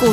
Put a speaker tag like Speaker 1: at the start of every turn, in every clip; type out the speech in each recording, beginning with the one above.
Speaker 1: 股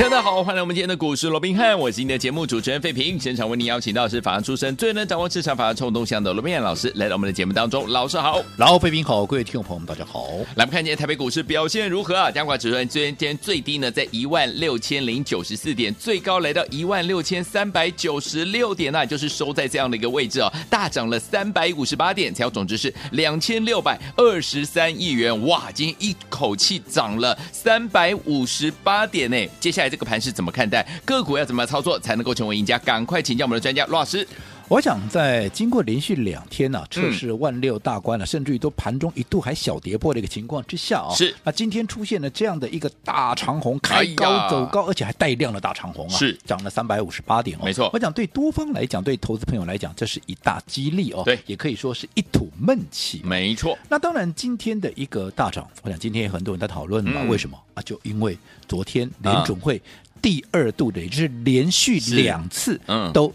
Speaker 2: 大家好，欢迎来我们今天的股市罗宾汉，我是你的节目主持人费平。现场为您邀请到的是法案出身、最能掌握市场法案冲动向的罗宾汉老师，来到我们的节目当中。老师好，
Speaker 3: 然后，飞平好，各位听众朋友们，大家好。
Speaker 2: 来我们看今天台北股市表现如何啊？加权指数今天最低呢在一万六千零九十四点，最高来到一万六千三百九十六点那、也就是收在这样的一个位置哦，大涨了三百五十八点，才有总值是两千六百二十三亿元，哇，今天一口气涨了三百五十八点呢。接下来这个盘是怎么看待？个股要怎么操作才能够成为赢家？赶快请教我们的专家陆老师。
Speaker 3: 我想在经过连续两天呢、测试万六大关了、甚至于都盘中一度还小跌破的一个情况之下啊、
Speaker 2: 是
Speaker 3: 那今天出现了这样的一个大长红，
Speaker 2: 哎
Speaker 3: 开
Speaker 2: 呀
Speaker 3: 高走高，而且还带量的大长红啊，
Speaker 2: 是
Speaker 3: 涨了三百五十八点哦，
Speaker 2: 没错
Speaker 3: 我想对多方来讲，对投资朋友来讲，这是一大激励哦，
Speaker 2: 对
Speaker 3: 也可以说是一吐闷气。
Speaker 2: 没错，
Speaker 3: 那当然，今天的一个大涨，我想今天也很多人在讨论嘛，
Speaker 2: 嗯
Speaker 3: 为什么啊？就因为昨天
Speaker 2: 啊
Speaker 3: 联准会第二度的，也就是连续
Speaker 2: 是
Speaker 3: 两次
Speaker 2: 嗯
Speaker 3: 都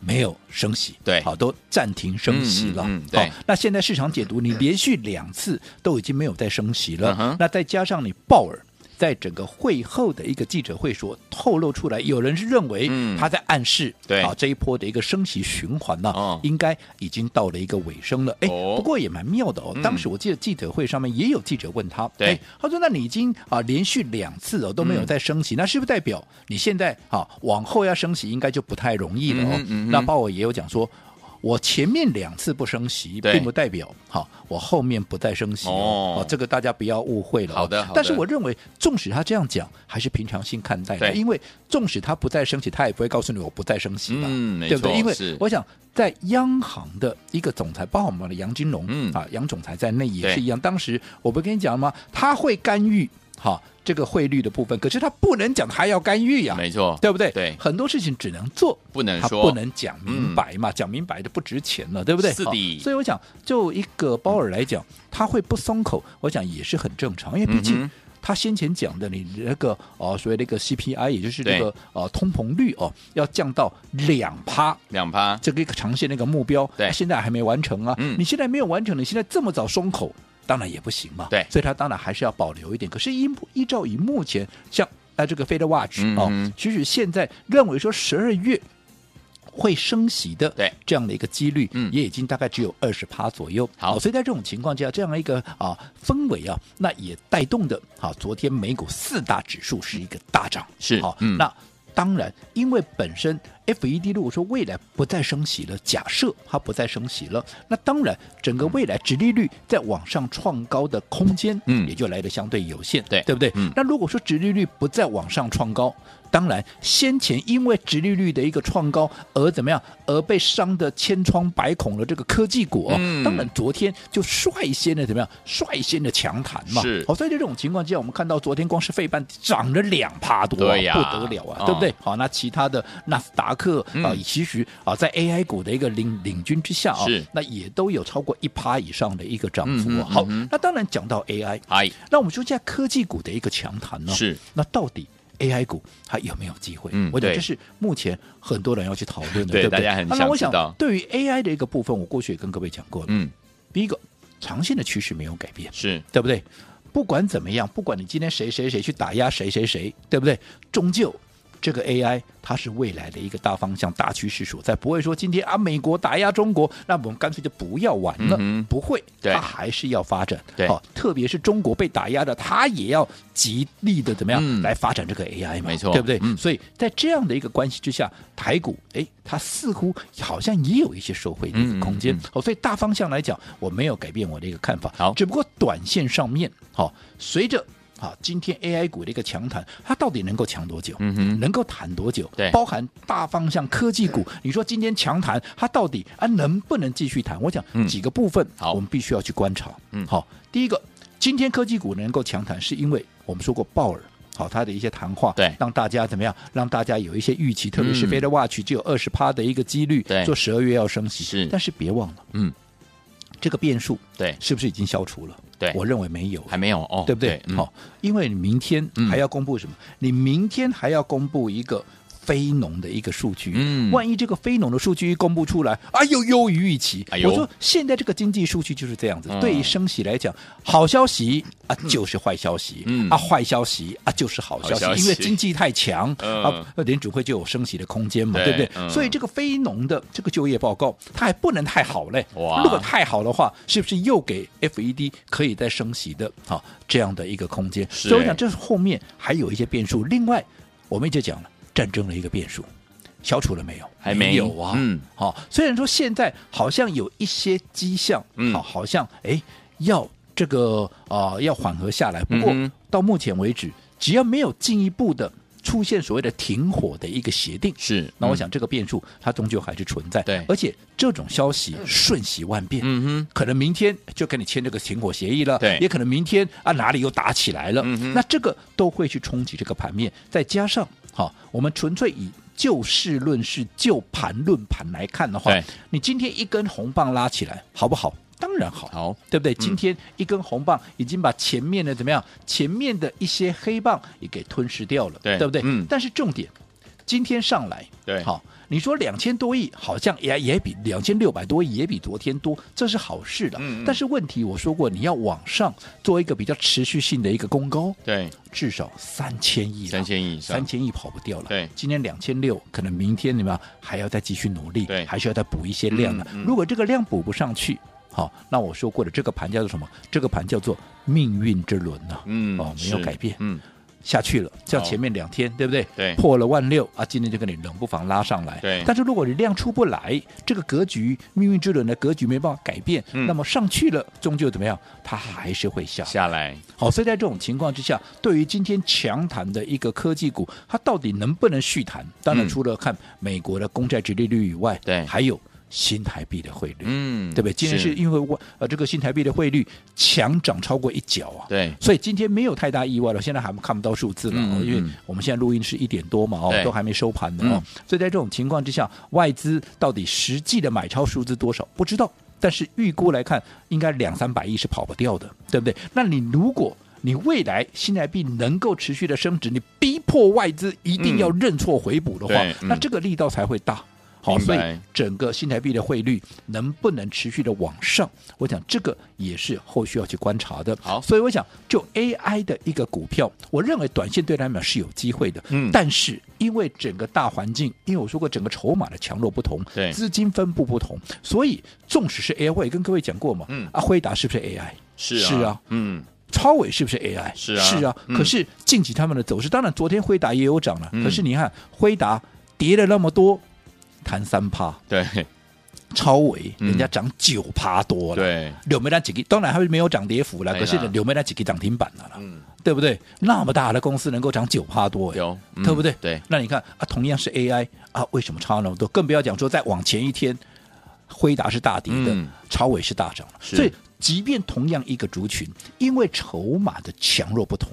Speaker 3: 没有升息，
Speaker 2: 对
Speaker 3: 好，都暂停升息了。
Speaker 2: 嗯嗯嗯对
Speaker 3: 好，那现在市场 解读，你连续两次都已经没有再升息
Speaker 2: 嗯
Speaker 3: 了，
Speaker 2: 哼
Speaker 3: 那再加上你鲍尔。在整个会后的一个记者会所透露出来，有人是认为
Speaker 2: 嗯
Speaker 3: 他在暗示，
Speaker 2: 对
Speaker 3: 啊这一波的一个升息循环呢、
Speaker 2: 哦
Speaker 3: 应该已经到了一个尾声了。哎，
Speaker 2: 哦
Speaker 3: 不过也蛮妙的哦
Speaker 2: 嗯，
Speaker 3: 当时我记得记者会上面也有记者问他，
Speaker 2: 对
Speaker 3: 哎，他说：“那你已经啊连续两次哦都没有
Speaker 2: 嗯
Speaker 3: 再升息，那是不是代表你现在啊往后要升息应该就不太容易了
Speaker 2: 嗯
Speaker 3: 哦
Speaker 2: 哼？”嗯哼
Speaker 3: 那鲍尔也有讲说。我前面两次不升息，
Speaker 2: 对
Speaker 3: 并不代表好，我后面不再升息哦
Speaker 2: 哦
Speaker 3: 这个大家不要误会了哦。
Speaker 2: 好的好的
Speaker 3: 但是我认为，纵使他这样讲，还是平常心看待的，
Speaker 2: 对
Speaker 3: 因为纵使他不再升息，他也不会告诉你我不再升息吧，
Speaker 2: 嗯没
Speaker 3: 对不对？
Speaker 2: 错
Speaker 3: 因为
Speaker 2: 是
Speaker 3: 我想，在央行的一个总裁，包括我们的杨金龙，
Speaker 2: 嗯
Speaker 3: 啊，杨总裁在内也是
Speaker 2: 对
Speaker 3: 一样。当时我不跟你讲了吗？他会干预哈、这个汇率的部分，可是他不能讲他要干预呀、
Speaker 2: 没错，
Speaker 3: 对不对？
Speaker 2: 对
Speaker 3: 很多事情只能做，
Speaker 2: 不能
Speaker 3: 他
Speaker 2: 说嗯
Speaker 3: 不能讲明白嘛，讲明白就不值钱了，对不对？
Speaker 2: 是的
Speaker 3: 好所以我想，就一个鲍尔来讲，他会不松口，我想也是很正常，因为毕
Speaker 2: 嗯
Speaker 3: 竟
Speaker 2: 哼。
Speaker 3: 他先前讲的，你那个哦，所谓那个 CPI，也就是
Speaker 2: 对
Speaker 3: 这个呃通膨率哦，要降到两趴，
Speaker 2: 两趴，
Speaker 3: 这个一个长线的一个目标，
Speaker 2: 对
Speaker 3: 啊现在还没完成啊。
Speaker 2: 嗯
Speaker 3: 你现在没有完成，你现在这么早松口，当然也不行嘛。
Speaker 2: 对
Speaker 3: 所以它当然还是要保留一点。可是依依照以目前像啊这个 Fed Watch
Speaker 2: 嗯哼
Speaker 3: 哦，其实现在认为说十二月。会升息的
Speaker 2: 对
Speaker 3: 这样的一个几率，
Speaker 2: 嗯
Speaker 3: 也已经大概只有二十趴左右。
Speaker 2: 好
Speaker 3: 哦所以在这种情况之下，这样一个啊氛围啊，那也带动的啊，昨天美股四大指数是一个大涨。
Speaker 2: 是
Speaker 3: 好，
Speaker 2: 嗯
Speaker 3: 那当然，因为本身 FED 如果说未来不再升息了，假设它不再升息了，那当然整个未来殖利率在往上创高的空间，
Speaker 2: 嗯
Speaker 3: 也就来的相对有限，
Speaker 2: 对
Speaker 3: 对不对？
Speaker 2: 嗯
Speaker 3: 那如果说殖利率不再往上创高，当然先前因为殖利率的一个创高而怎么样，而被伤得千疮百孔的这个科技股、哦，
Speaker 2: 嗯
Speaker 3: 当然昨天就率先的怎么样，率先的强弹嘛，
Speaker 2: 是
Speaker 3: 哦，所以在这种情况之下，我们看到昨天光是费半涨了两趴多、啊，
Speaker 2: 对呀
Speaker 3: 不得了啊，
Speaker 2: 嗯
Speaker 3: 对不对？好，那其他的纳斯达克
Speaker 2: 嗯
Speaker 3: 啊，其实啊，在 AI 股的一个领领军之下啊
Speaker 2: 是，
Speaker 3: 那也都有超过一趴以上的一个涨幅
Speaker 2: 嗯
Speaker 3: 啊
Speaker 2: 哼。
Speaker 3: 好
Speaker 2: 嗯哼，
Speaker 3: 那当然讲到 AI，
Speaker 2: 嗨，
Speaker 3: 那我们说现在科技股的一个强谈呢，
Speaker 2: 是
Speaker 3: 那到底 AI 股还有没有机会？
Speaker 2: 嗯
Speaker 3: 我讲
Speaker 2: 对
Speaker 3: 这是目前很多人要去讨论的，
Speaker 2: 对
Speaker 3: 不对？
Speaker 2: 大家很
Speaker 3: 那
Speaker 2: 想
Speaker 3: 我
Speaker 2: 知
Speaker 3: 想
Speaker 2: 道
Speaker 3: 对于 AI 的一个部分，我过去也跟各位讲过了，
Speaker 2: 嗯，
Speaker 3: 第一个长线的趋势没有改变。
Speaker 2: 是
Speaker 3: 对不对？不管怎么样，不管你今天谁谁谁去打压谁谁谁，对不对？终究这个 AI 它是未来的一个大方向、大趋势所在，不会说今天啊美国打压中国，那我们干脆就不要玩了，
Speaker 2: 嗯哼
Speaker 3: 不会，
Speaker 2: 对
Speaker 3: 它还是要发展。
Speaker 2: 对
Speaker 3: 哦，特别是中国被打压的，它也要极力的怎么样、
Speaker 2: 嗯
Speaker 3: 来发展这个 AI 嘛，
Speaker 2: 没错
Speaker 3: 对不对？
Speaker 2: 嗯
Speaker 3: 所以在这样的一个关系之下，台股哎，它似乎好像也有一些收回的一个空间。
Speaker 2: 嗯嗯
Speaker 3: 哦，所以大方向来讲，我没有改变我的一个看法。
Speaker 2: 好
Speaker 3: 只不过短线上面，好、随着啊今天 AI 股的一个强弹，它到底能够强多久？
Speaker 2: 嗯哼
Speaker 3: 能够弹多久？
Speaker 2: 对
Speaker 3: 包含大方向科技股，你说今天强弹，它到底啊能不能继续弹？我想
Speaker 2: 嗯
Speaker 3: 几个部分，
Speaker 2: 好
Speaker 3: 我们必须要去观察。
Speaker 2: 嗯
Speaker 3: 好，第一个，今天科技股能够强弹，是因为我们说过鲍尔。好，他的一些谈话，
Speaker 2: 对
Speaker 3: 让大家怎么样？让大家有一些预期，特别是
Speaker 2: 嗯
Speaker 3: Fed Watch 只有二十趴的一个几率
Speaker 2: 对，
Speaker 3: 做十二月要升息。
Speaker 2: 是
Speaker 3: 但是别忘了，
Speaker 2: 嗯，
Speaker 3: 这个变数
Speaker 2: 对
Speaker 3: 是不是已经消除了？
Speaker 2: 对
Speaker 3: 我认为没有，
Speaker 2: 还没有哦，
Speaker 3: 对不对？
Speaker 2: 嗯
Speaker 3: 好、因为你明天
Speaker 2: 嗯
Speaker 3: 还要公布什么？你明天还要公布一个非农的一个数据，
Speaker 2: 嗯
Speaker 3: 万一这个非农的数据一公布出来，啊，又优于预期，
Speaker 2: 哎呦
Speaker 3: 我说现在这个经济数据就是这样子。
Speaker 2: 嗯
Speaker 3: 对于升息来讲，好消息啊就是坏消息，
Speaker 2: 嗯
Speaker 3: 啊坏消息啊就是好消息，
Speaker 2: 好消息
Speaker 3: 因为经济太强、
Speaker 2: 嗯
Speaker 3: 啊，联储会就有升息的空间嘛，
Speaker 2: 对
Speaker 3: 对不对？
Speaker 2: 嗯
Speaker 3: 所以这个非农的这个就业报告，它还不能太好嘞。
Speaker 2: 哇
Speaker 3: 如果太好的话，是不是又给 FED 可以再升息的啊这样的一个空间？
Speaker 2: 是
Speaker 3: 所以我讲，这后面还有一些变数。另外，我们一直讲了战争的一个变数，消除了没有？
Speaker 2: 还没
Speaker 3: 有啊。
Speaker 2: 嗯，
Speaker 3: 好、虽然说现在好像有一些迹象，
Speaker 2: 嗯
Speaker 3: 好，好像哎要这个啊、呃要缓和下来，不过、
Speaker 2: 嗯哼
Speaker 3: 到目前为止，只要没有进一步的出现所谓的停火的一个协定，
Speaker 2: 是嗯
Speaker 3: 那我，想这个变数它终究还是存在。
Speaker 2: 对
Speaker 3: 而且这种消息瞬息万变。
Speaker 2: 嗯
Speaker 3: 可能明天就跟你签这个停火协议了，
Speaker 2: 对
Speaker 3: 也可能明天啊哪里又打起来了，
Speaker 2: 嗯哼
Speaker 3: 那这个都会去冲击这个盘面。再加上，好、我们纯粹以就事论事、就盘论盘来看的话
Speaker 2: 对，
Speaker 3: 你今天一根红棒拉起来，好不好？当然好
Speaker 2: 哼，，好，
Speaker 3: 对不对？今天一根红棒已经把前面的怎么样？前面的一些黑棒也给吞噬掉了，
Speaker 2: 对
Speaker 3: 不对？
Speaker 2: 嗯
Speaker 3: 但是重点，今天上来，
Speaker 2: 对
Speaker 3: 好，你说两千多亿，好像也也比两千六百多亿也比昨天多，这是好事的。
Speaker 2: 嗯嗯
Speaker 3: 但是问题我说过，你要往上做一个比较持续性的一个攻高，
Speaker 2: 对，
Speaker 3: 至少三千亿啦，
Speaker 2: 三千亿以
Speaker 3: 三
Speaker 2: 上，
Speaker 3: 千亿跑不掉了。
Speaker 2: 对
Speaker 3: 今天两千六，可能明天你们还要再继续努力，
Speaker 2: 对
Speaker 3: 还需要再补一些量呢。
Speaker 2: 嗯嗯
Speaker 3: 如果这个量补不上去，好，那我说过的这个盘叫做什么？这个盘叫做命运之轮呐、
Speaker 2: 嗯
Speaker 3: 哦，没有
Speaker 2: 是
Speaker 3: 改变，
Speaker 2: 嗯，
Speaker 3: 下去了，像
Speaker 2: 好
Speaker 3: 前面两天，对不对？
Speaker 2: 对
Speaker 3: 破了万六啊，今天就跟你冷不防拉上来。
Speaker 2: 对
Speaker 3: 但是如果你量出不来，这个格局命运之轮的格局没办法改变，
Speaker 2: 嗯
Speaker 3: 那么上去了，终究怎么样？它还是会下。
Speaker 2: 下来，
Speaker 3: 好，所以在这种情况之下，对于今天强弹的一个科技股，它到底能不能续弹？当然，
Speaker 2: 嗯
Speaker 3: 除了看美国的公债殖利率以外，
Speaker 2: 对
Speaker 3: 还有新台币的汇率，
Speaker 2: 嗯，
Speaker 3: 对不对？今天是因为我呃这个新台币的汇率强涨超过一角啊，
Speaker 2: 对，
Speaker 3: 所以今天没有太大意外了，现在还看不到数字了、
Speaker 2: 嗯
Speaker 3: 哦
Speaker 2: 嗯
Speaker 3: 因为
Speaker 2: 嗯
Speaker 3: 我们现在录音是一点多嘛，哦
Speaker 2: 对，嗯
Speaker 3: 都还没收盘呢哦、所以在这种情况之下，外资到底实际的买超数字多少不知道，但是预估来看，应该两三百亿是跑不掉的，对不对？那你如果你未来新台币能够持续的升值，你逼迫外资一定要认错回补的
Speaker 2: 嗯
Speaker 3: 话，
Speaker 2: 对嗯
Speaker 3: 那这个力道才会大。好，
Speaker 2: 明
Speaker 3: 所以
Speaker 2: 白
Speaker 3: 整个新台币的汇率能不能持续的往上，我想这个也是后续要去观察的。
Speaker 2: 好
Speaker 3: 所以我想就 AI 的一个股票，我认为短线对他们来讲是有机会的。
Speaker 2: 嗯
Speaker 3: 但是因为整个大环境，因为我说过整个筹码的强弱不同，
Speaker 2: 对
Speaker 3: 资金分布不同，所以纵使是 AI，我也跟各位讲过嘛，
Speaker 2: 嗯
Speaker 3: 啊，辉达是不是 AI？
Speaker 2: 是
Speaker 3: 是啊，
Speaker 2: 嗯，
Speaker 3: 超伟是不是 AI？
Speaker 2: 是啊
Speaker 3: 是啊。
Speaker 2: 嗯
Speaker 3: 可是近期他们的走势，当然昨天辉达也有涨了，
Speaker 2: 嗯
Speaker 3: 可是你看辉达跌了那么多，弹三趴，
Speaker 2: 对
Speaker 3: 超伟
Speaker 2: 嗯
Speaker 3: 人家涨九趴多了，
Speaker 2: 对，
Speaker 3: 柳梅那几个当然还是没有涨跌幅了，
Speaker 2: 对
Speaker 3: 可
Speaker 2: 啦
Speaker 3: 是柳梅那几个涨停板了啦，
Speaker 2: 嗯，
Speaker 3: 对不对？那么大的公司能够涨九趴多，哎
Speaker 2: 有，嗯
Speaker 3: 对不对？
Speaker 2: 对，
Speaker 3: 那你看啊，同样是 AI 啊，为什么差那么多？更不要讲说再往前一天，辉达是大跌的
Speaker 2: 嗯，
Speaker 3: 超伟是大涨了。
Speaker 2: 是
Speaker 3: 所以，即便同样一个族群，因为筹码的强弱不同，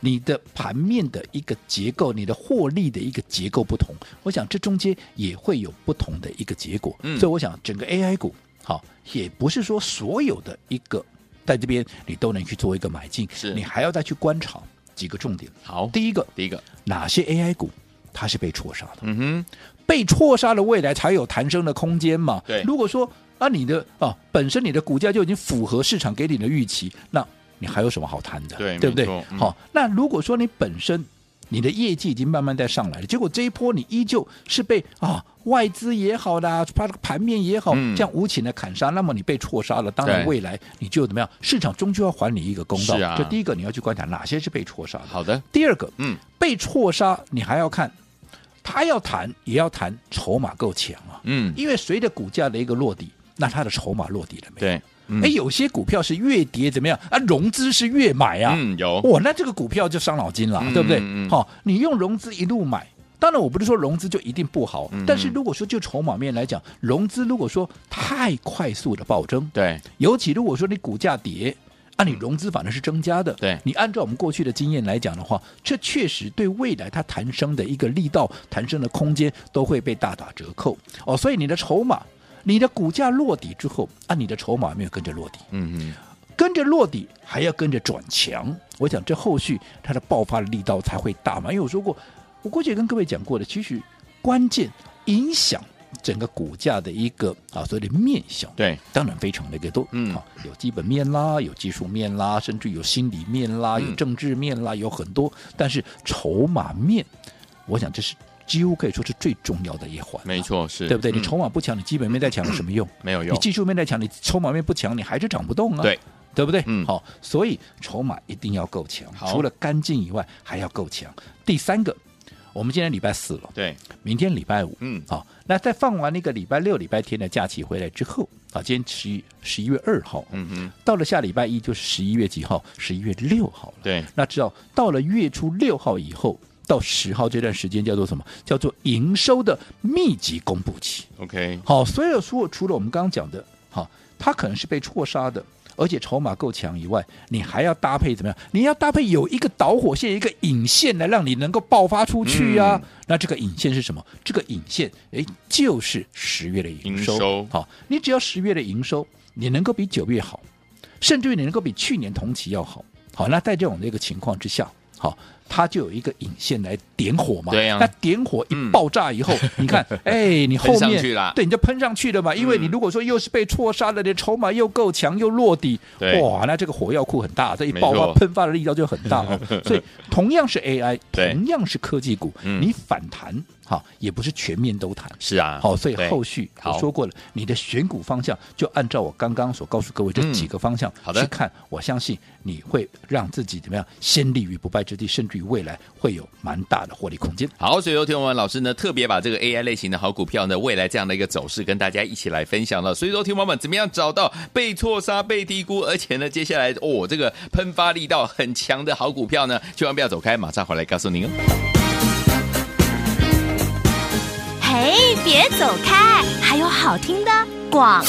Speaker 3: 你的盘面的一个结构，你的获利的一个结构不同，我想这中间也会有不同的一个结果。
Speaker 2: 嗯
Speaker 3: 所以，我想整个 AI 股好，也不是说所有的一个在这边你都能去做一个买进，
Speaker 2: 是
Speaker 3: 你还要再去观察几个重点。
Speaker 2: 好，
Speaker 3: 第一个，
Speaker 2: 第一个，
Speaker 3: 哪些 AI 股它是被错杀的，
Speaker 2: 嗯哼，
Speaker 3: 被错杀的未来才有弹升的空间嘛。
Speaker 2: 对
Speaker 3: 如果说啊你的啊本身你的股价就已经符合市场给你的预期，那你还有什么好谈的？
Speaker 2: 对
Speaker 3: 对不对
Speaker 2: 没错？嗯
Speaker 3: 好、那如果说你本身你的业绩已经慢慢在上来了，结果这一波你依旧是被啊外资也好啦，把这个盘面也好，
Speaker 2: 嗯
Speaker 3: 这样无情的砍杀，那么你被错杀了，当
Speaker 2: 对
Speaker 3: 然未来你就怎么样？市场终究要还你一个公道。
Speaker 2: 是啊
Speaker 3: 这第一个你要去观察哪些是被错杀的。
Speaker 2: 好的，
Speaker 3: 第二个，
Speaker 2: 嗯，
Speaker 3: 被错杀，你还要看，他要谈也要谈筹码够强啊，
Speaker 2: 嗯，
Speaker 3: 因为随着股价的一个落地，那他的筹码落地了没有？
Speaker 2: 对，嗯
Speaker 3: 哎，有些股票是越跌怎么样啊？融资是越买啊，
Speaker 2: 嗯，有，
Speaker 3: 哇，那这个股票就伤脑筋了，对不对
Speaker 2: 嗯嗯嗯？
Speaker 3: 好、你用融资一路买。当然，我不是说融资就一定不好，
Speaker 2: 嗯
Speaker 3: 但是如果说就筹码面来讲，融资如果说太快速的暴增，
Speaker 2: 对，
Speaker 3: 尤其如果说你股价跌，按、你融资反而是增加的。
Speaker 2: 嗯对
Speaker 3: 你按照我们过去的经验来讲的话，这确实对未来它弹升的一个力道、弹升的空间都会被大打折扣哦。所以你的筹码。你的股价落底之后啊，你的筹码有没有跟着落底，
Speaker 2: 嗯
Speaker 3: 跟着落底还要跟着转强。我想这后续它的爆发的力道才会大嘛。因为我说过，我过去也跟各位讲过的，其实关键影响整个股价的一个啊所谓的面向，
Speaker 2: 对，
Speaker 3: 当然非常的一个多，
Speaker 2: 嗯
Speaker 3: 好、有基本面啦，有技术面啦，甚至有心理面啦，
Speaker 2: 嗯
Speaker 3: 有政治面啦，有很多，但是筹码面，我想这是几乎可以说是最重要的一环，啊
Speaker 2: 没，错，是
Speaker 3: 对不对？你
Speaker 2: 嗯
Speaker 3: 筹码不强，你基本面再强有什么用？
Speaker 2: 没有
Speaker 3: 你
Speaker 2: 用，
Speaker 3: 技术面再强，你筹码面不强，你还是涨不动啊。
Speaker 2: 对。
Speaker 3: 对不对？
Speaker 2: 嗯
Speaker 3: 好，所以筹码一定要够强，
Speaker 2: 好
Speaker 3: 除了干净以外，还要够强。第三个，我们今天礼拜四了，
Speaker 2: 对，
Speaker 3: 明天礼拜五，
Speaker 2: 嗯
Speaker 3: 好、那在放完那个礼拜六、礼拜天的假期回来之后，啊，今天十一十一月二号，
Speaker 2: 嗯哼，
Speaker 3: 到了下礼拜一就是十一月几号？十一月六号了。
Speaker 2: 对，
Speaker 3: 那知道到了月初六号以后到十号这段时间叫做什么？叫做营收的密集公布期。
Speaker 2: ，OK，
Speaker 3: 好，所以说除了我们刚刚讲的，好，它可能是被错杀的。而且筹码够强以外，你还要搭配怎么样？你要搭配有一个导火线、一个引线来让你能够爆发出去啊。
Speaker 2: 嗯
Speaker 3: 那这个引线是什么？这个引线，哎，就是十月的营收。
Speaker 2: 营收
Speaker 3: 好，你只要十月的营收，你能够比九月好，甚至于你能够比去年同期要好。好，那在这种的一个情况之下，好，它就有一个引线来点火嘛。
Speaker 2: 对啊
Speaker 3: 那点火一
Speaker 2: 嗯
Speaker 3: 爆炸 以后，你看，哎，你
Speaker 2: 喷
Speaker 3: 后
Speaker 2: 上
Speaker 3: 面
Speaker 2: 去啦
Speaker 3: 对，你就喷上去了
Speaker 2: 嗯
Speaker 3: 嘛。因为你如果说又是被错杀了，你的筹码又够强又落底，
Speaker 2: 对
Speaker 3: 哇，那这个火药库很大，这一
Speaker 2: 没
Speaker 3: 爆发
Speaker 2: 错
Speaker 3: 喷发的力道就很大 哦。所以同样是 AI，
Speaker 2: 对
Speaker 3: 同样是科技股，
Speaker 2: 嗯
Speaker 3: 你反弹哈也不是全面都弹。
Speaker 2: 是啊，
Speaker 3: 好，所以
Speaker 2: 对
Speaker 3: 后续我
Speaker 2: 好
Speaker 3: 说过了，你的选股方向就按照我刚刚所告诉各位这
Speaker 2: 嗯
Speaker 3: 几个方向
Speaker 2: 好的
Speaker 3: 去看，我相信你会让自己怎么样先立于不败之地，甚至于未来会有蛮大的获利空间。
Speaker 2: 好，所以有听我们老师呢，特别把这个 AI 类型的好股票呢，未来这样的一个走势跟大家一起来分享了。所以说，听友们怎么样找到被错杀、被低估，而且呢，接下来哦，这个喷发力道很强的好股票呢，千万不要走开，马上回来告诉您哦。
Speaker 1: 嘿，别走开，还有好听的广。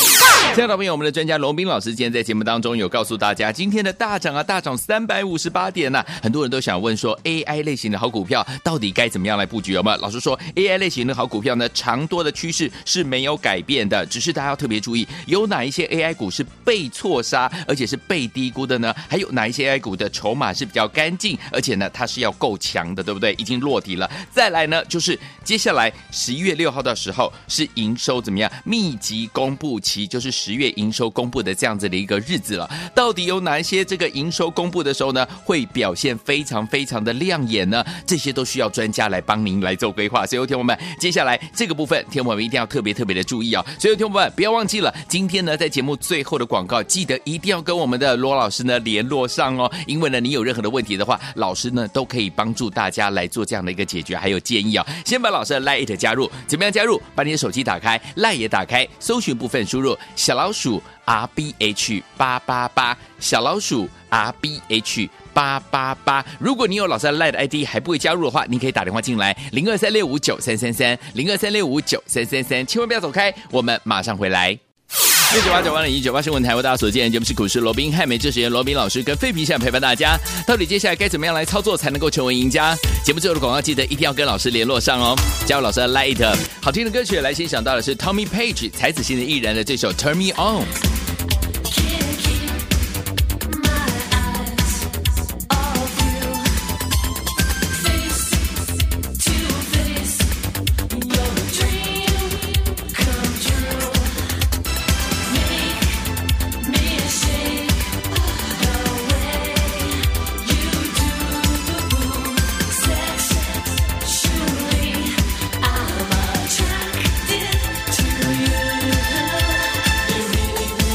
Speaker 2: 亲爱的朋友我们的专家龙斌老师今天在节目当中有告诉大家，今天的大涨啊，大涨三百五十八点呐、很多人都想问说，AI 类型的好股票到底该怎么样来布局？有没有？老师说，AI 类型的好股票呢，长多的趋势是没有改变的，只是大家要特别注意，有哪一些 AI 股是被错杀，而且是被低估的呢？还有哪一些 AI 股的筹码是比较干净，而且呢，它是要够强的，对不对？已经落底了。再来呢，就是接下来十一月六号的时候是营收怎么样密集公布期，就是十月营收公布的这样子的一个日子了。到底有哪一些这个营收公布的时候呢，会表现非常非常的亮眼呢？这些都需要专家来帮您来做规划。所以，听我们接下来这个部分，听我们一定要特别特别的注意哦。所以，听我们不要忘记了，今天呢，在节目最后的广告，记得一定要跟我们的罗老师呢联络上哦，因为呢，你有任何的问题的话，老师呢都可以帮助大家来做这样的一个解决，还有建议哦。先把老师的 Lite 加入，怎么样加入？把你的手机打开，Lite 也打开，搜寻部分输入小老鼠 R B H 八八八，小老鼠 R B H。八八八，如果你有老师的 Lite 的 ID 还不会加入的话，你可以打电话进来，零二三六五九三三三，零二三六五九三三三，千万不要走开，我们马上回来。六九八九八零一九八新闻台为大家所见，节目是股市罗宾汉美这时间，罗宾老师跟费皮现在陪伴大家，到底接下来该怎么样来操作才能够成为赢家？节目最后的广告记得一定要跟老师联络上哦，加入老师的 Light，好听的歌曲来欣赏到的是 Tommy Page 才子型的艺人的这首 Turn Me On。
Speaker 4: Attracted to you. You really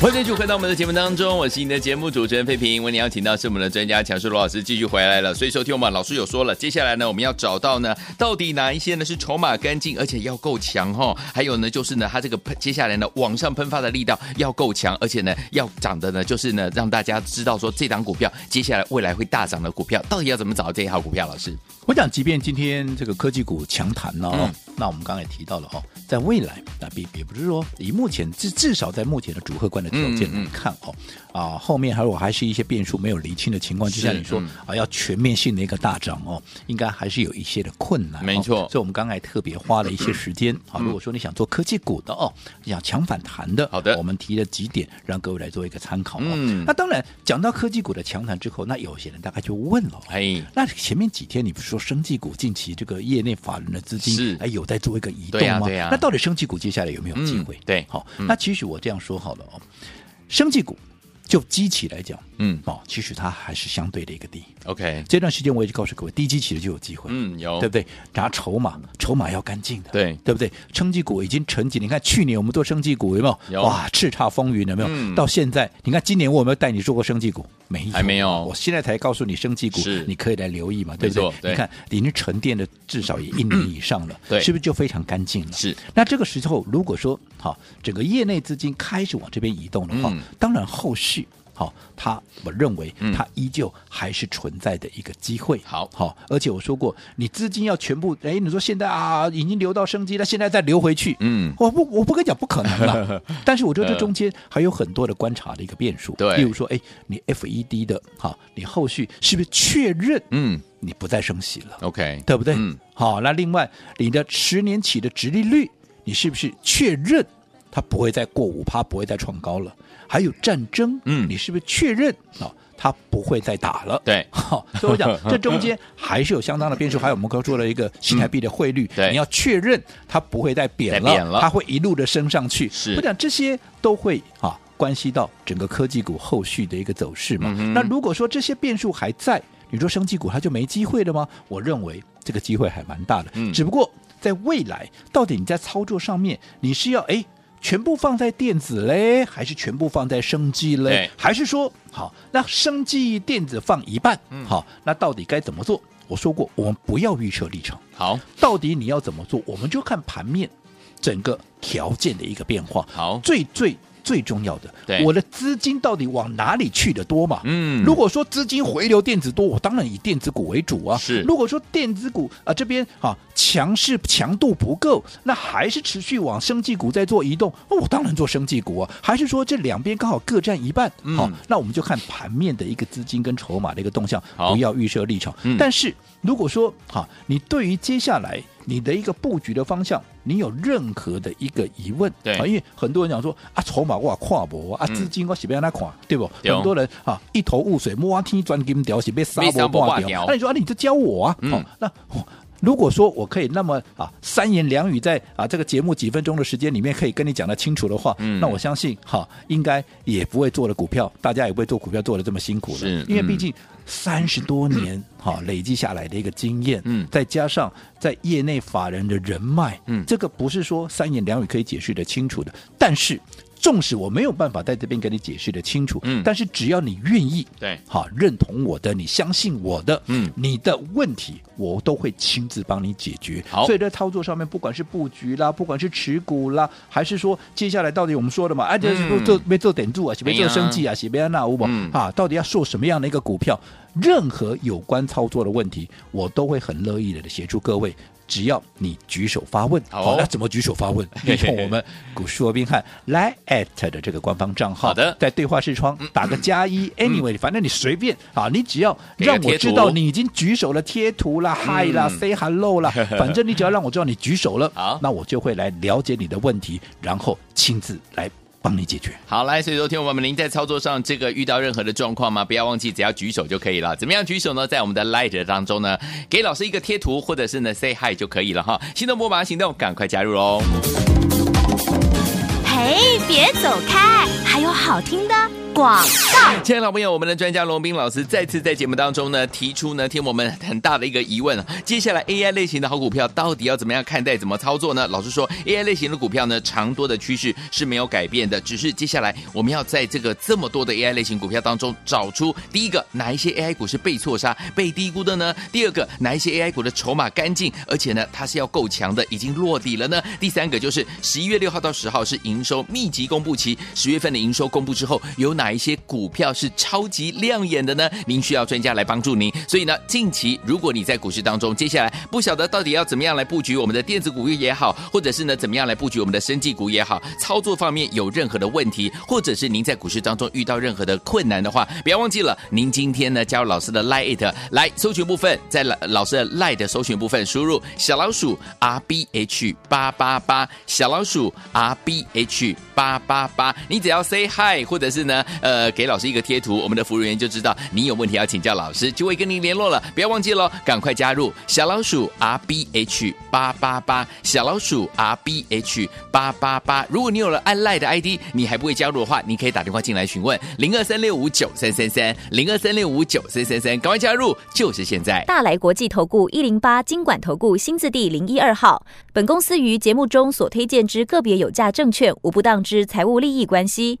Speaker 2: 欢迎继续回到我们的节目当中，我是你的节目主持人费平。为你邀请到是我们的专家强叔罗老师继续回来了，所以收听我们老师有说了，接下来呢我们要找到呢到底哪一些呢是筹码干净，而且要够强哈、哦，还有呢就是呢它这个喷接下来呢往上喷发的力道要够强，而且呢要涨的呢就是呢让大家知道说这档股票接下来未来会大涨的股票，到底要怎么找这一号股票？老师，
Speaker 3: 我讲，即便今天这个科技股强弹了、
Speaker 2: 嗯
Speaker 3: 哦，那我们刚才也提到了哦，在未来，那并也不是说以目前至至少在目前的主客观的条件
Speaker 2: 嗯嗯
Speaker 3: 来看哦，啊，后面还有还是一些变数没有厘清的情况之下，
Speaker 2: 是
Speaker 3: 你说、
Speaker 2: 嗯
Speaker 3: 啊要全面性的一个大涨哦，应该还是有一些的困难、哦，
Speaker 2: 没错嗯
Speaker 3: 所以我们刚才特别花了一些时间啊，如果说你想做科技股的哦，你想强反弹的，
Speaker 2: 好的
Speaker 3: 我们提了几点让各位来做一个参考、哦。
Speaker 2: 嗯
Speaker 3: 那当然讲到科技股的强弹之后，那有些人大概就问了、哦。
Speaker 2: 嘿，
Speaker 3: 那前面几天你不是说生技股近期这个业内法人的资
Speaker 2: 是
Speaker 3: 金哎有在做一个移动
Speaker 2: 对呀啊
Speaker 3: 吗？
Speaker 2: 对呀
Speaker 3: 那到底生技股接下来有没有机会？
Speaker 2: 嗯对
Speaker 3: 好，
Speaker 2: 嗯
Speaker 3: 那其实我这样说好了哦，生技股就基期来讲，
Speaker 2: 嗯
Speaker 3: 哦，其实它还是相对的一个低。
Speaker 2: ，OK，
Speaker 3: 这段时间我也告诉各位，低基期的就有机会，
Speaker 2: 嗯，有
Speaker 3: 对不对？拿筹码，筹码要干净的，
Speaker 2: 对
Speaker 3: 对不对？生技股已经沉寂，你看去年我们做生技股有没有？
Speaker 2: 有
Speaker 3: 哇，叱咤风云有没有？
Speaker 2: 嗯
Speaker 3: 到现在，你看今年我有没有带你做过生技股？没有，
Speaker 2: 还没有
Speaker 3: 我现在才告诉你生技股
Speaker 2: 是，
Speaker 3: 你可以来留意嘛，对不
Speaker 2: 没
Speaker 3: 对
Speaker 2: 错？对
Speaker 3: 你看已经沉淀的至少也一年以上了，
Speaker 2: 对
Speaker 3: 是不是就非常干净了？
Speaker 2: 是。
Speaker 3: 那这个时候，如果说好，整个业内资金开始往这边移动的话，
Speaker 2: 嗯
Speaker 3: 当然后续。好，它我认为
Speaker 2: 嗯
Speaker 3: 它依旧还是存在的一个机会。
Speaker 2: 好
Speaker 3: 好，而且我说过，你资金要全部，哎，你说现在啊已经流到生机了，现在再流回去，
Speaker 2: 嗯，
Speaker 3: 我不我不跟你讲不可能 了，但是我觉得
Speaker 2: 呃
Speaker 3: 这中间还有很多的观察的一个变数，
Speaker 2: 对
Speaker 3: 例如说，哎，你 FED 的，好，你后续是不是确认
Speaker 2: 嗯
Speaker 3: 你不再升息了，
Speaker 2: ，OK，
Speaker 3: 对不对？
Speaker 2: 嗯，
Speaker 3: 好，那另外你的十年期的直利率，你是不是确认它不会再过五趴，不会再创高了？还有战争，
Speaker 2: 嗯
Speaker 3: 你是不是确认啊、它不会再打了？
Speaker 2: 对
Speaker 3: 好，所以 我讲这中间还是有相当的变数，还有我们刚做了一个新台币的汇率，
Speaker 2: 嗯对
Speaker 3: 你要确认它不会再贬了，
Speaker 2: 再贬了
Speaker 3: 它会一路的升上去。
Speaker 2: 是
Speaker 3: 我讲这些都会啊，关系到整个科技股后续的一个走势嘛。
Speaker 2: 嗯哼
Speaker 3: 那如果说这些变数还在，你说生技股它就没机会了吗？我认为这个机会还蛮大的，
Speaker 2: 嗯
Speaker 3: 只不过在未来到底你在操作上面你是要哎。全部放在电子嘞，还是全部放在生技
Speaker 2: 对
Speaker 3: 嘞？还是说，好，那生技电子放一半，
Speaker 2: 嗯
Speaker 3: 好，那到底该怎么做？我说过，我们不要预设立场，
Speaker 2: 好，
Speaker 3: 到底你要怎么做，我们就看盘面整个条件的一个变化。
Speaker 2: 好
Speaker 3: 最最最重要
Speaker 2: 对
Speaker 3: 的，我的资金到底往哪里去的多嘛？
Speaker 2: 嗯
Speaker 3: 如果说资金回流电子多，我当然以电子股为主啊。
Speaker 2: 是
Speaker 3: 如果说电子股啊、这边啊强势强度不够，那还是持续往生技股在做移动，哦我当然做生技股啊。还是说这两边刚好各占一半？好、
Speaker 2: 嗯
Speaker 3: 那我们就看盘面的一个资金跟筹码的一个动向，
Speaker 2: 好
Speaker 3: 不要预设立场。
Speaker 2: 嗯
Speaker 3: 但是如果说哈、你对于接下来你的一个布局的方向，你有任何的一个疑问，
Speaker 2: 对
Speaker 3: 啊，因为很多人讲说啊，筹码我也看不啊，
Speaker 2: 嗯
Speaker 3: 资金我是要让他看，对不？
Speaker 2: 对哦
Speaker 3: 很多人啊，一头雾水，摸天钻金条，是被杀
Speaker 2: 被杀
Speaker 3: 不
Speaker 2: 没半
Speaker 3: 挂
Speaker 2: 条
Speaker 3: 掉。那你说啊，你就教我啊，
Speaker 2: 嗯
Speaker 3: 哦，那哦如果说我可以那么啊三言两语在啊这个节目几分钟的时间里面可以跟你讲得清楚的话，
Speaker 2: 嗯
Speaker 3: 那我相信哈、应该也不会做的股票，大家也不会做股票做的这么辛苦了，
Speaker 2: 是
Speaker 3: 因为
Speaker 2: 嗯
Speaker 3: 毕竟三十多年哈、累积下来的一个经验，
Speaker 2: 嗯
Speaker 3: 再加上在业内法人的人脉，
Speaker 2: 嗯
Speaker 3: 这个不是说三言两语可以解释的清楚的，但是。纵使我没有办法在这边给你解释的清楚，
Speaker 2: 嗯
Speaker 3: 但是只要你愿意，
Speaker 2: 对
Speaker 3: 好认同我的，你相信我的，
Speaker 2: 嗯
Speaker 3: 你的问题我都会亲自帮你解决。
Speaker 2: 好
Speaker 3: 所以在操作上面，不管是布局啦，不管是持股啦，还是说接下来到底我们说的嘛，哎、啊，这
Speaker 2: 嗯
Speaker 3: 是做没做点注啊，是没
Speaker 2: 哎
Speaker 3: 做
Speaker 2: 呀
Speaker 3: 生计啊，是没安那乌
Speaker 2: 嗯
Speaker 3: 啊，到底要做什么样的一个股票？任何有关操作的问题，我都会很乐意的协助各位。只要你举手发问，
Speaker 2: 好啊
Speaker 3: 那怎么举手发问？利用我们股市罗宾汉 Line at 的这个官方账号，
Speaker 2: 好的嗯
Speaker 3: 在对话视窗打个加一，anyway，反正你随便啊，你只要
Speaker 2: 给个
Speaker 3: 让
Speaker 2: 贴
Speaker 3: 我知
Speaker 2: 图
Speaker 3: 道你已经举手了，贴图啦、嗨啦、
Speaker 2: 嗯
Speaker 3: say hello 啦，反正你只要让我知道你举手了
Speaker 2: 好，
Speaker 3: 那我就会来了解你的问题，然后亲自来帮你解决。
Speaker 2: 好，来，所以说，听我们您在操作上这个遇到任何的状况吗？不要忘记，只要举手就可以了。怎么样举手呢？在我们的 Light 当中呢，给老师一个贴图，或者是呢 Say Hi 就可以了哈。心动不马上行动，赶快加入哦喽！
Speaker 1: 嘿，别走开，还有好听的广告。
Speaker 2: 亲爱的朋友我们的专家龙斌老师再次在节目当中呢，提出呢，听我们很大的一个疑问啊。接下来 AI 类型的好股票到底要怎么样看待、怎么操作呢？老师说，AI 类型的股票呢，长多的趋势是没有改变的，只是接下来我们要在这个这么多的 AI 类型股票当中，找出第一个哪一些 AI 股是被错杀、被低估的呢？第二个哪一些 AI 股的筹码干净，而且呢，它是要够强的，已经落底了呢？第三个就是十一月六号到十号是营收密集公布期，十月份的营收公布之后，有哪一些股票是超级亮眼的呢？您需要专家来帮助您。所以呢，近期如果你在股市当中，接下来不晓得到底要怎么样来布局我们的电子股也好，或者是呢怎么样来布局我们的生技股也好，操作方面有任何的问题，或者是您在股市当中遇到任何的困难的话，不要忘记了，您今天呢加入老师的 Lite 来搜寻部分，在老老师的 Lite 搜寻部分输入小老鼠 R B H 八八八，小老鼠 R B H 八八八，你只要 say hi，或者是呢呃给老师一个贴图，我们的服务员就知道你有问题要请教老师，就会跟您联络了。不要忘记了，哦赶快加入小老鼠 R B H 八八八，小老鼠 R B H 八八八。如果你有了按赖的 ID，你还不会加入的话，你可以打电话进来询问零二三六五九三三三零二三六五九三三三，赶快加入，就是现在。
Speaker 1: 大来国际投顾一零八金管投顾新字第零一二号。本公司于节目中所推荐之个别有价证券，无不当之财务利益关系。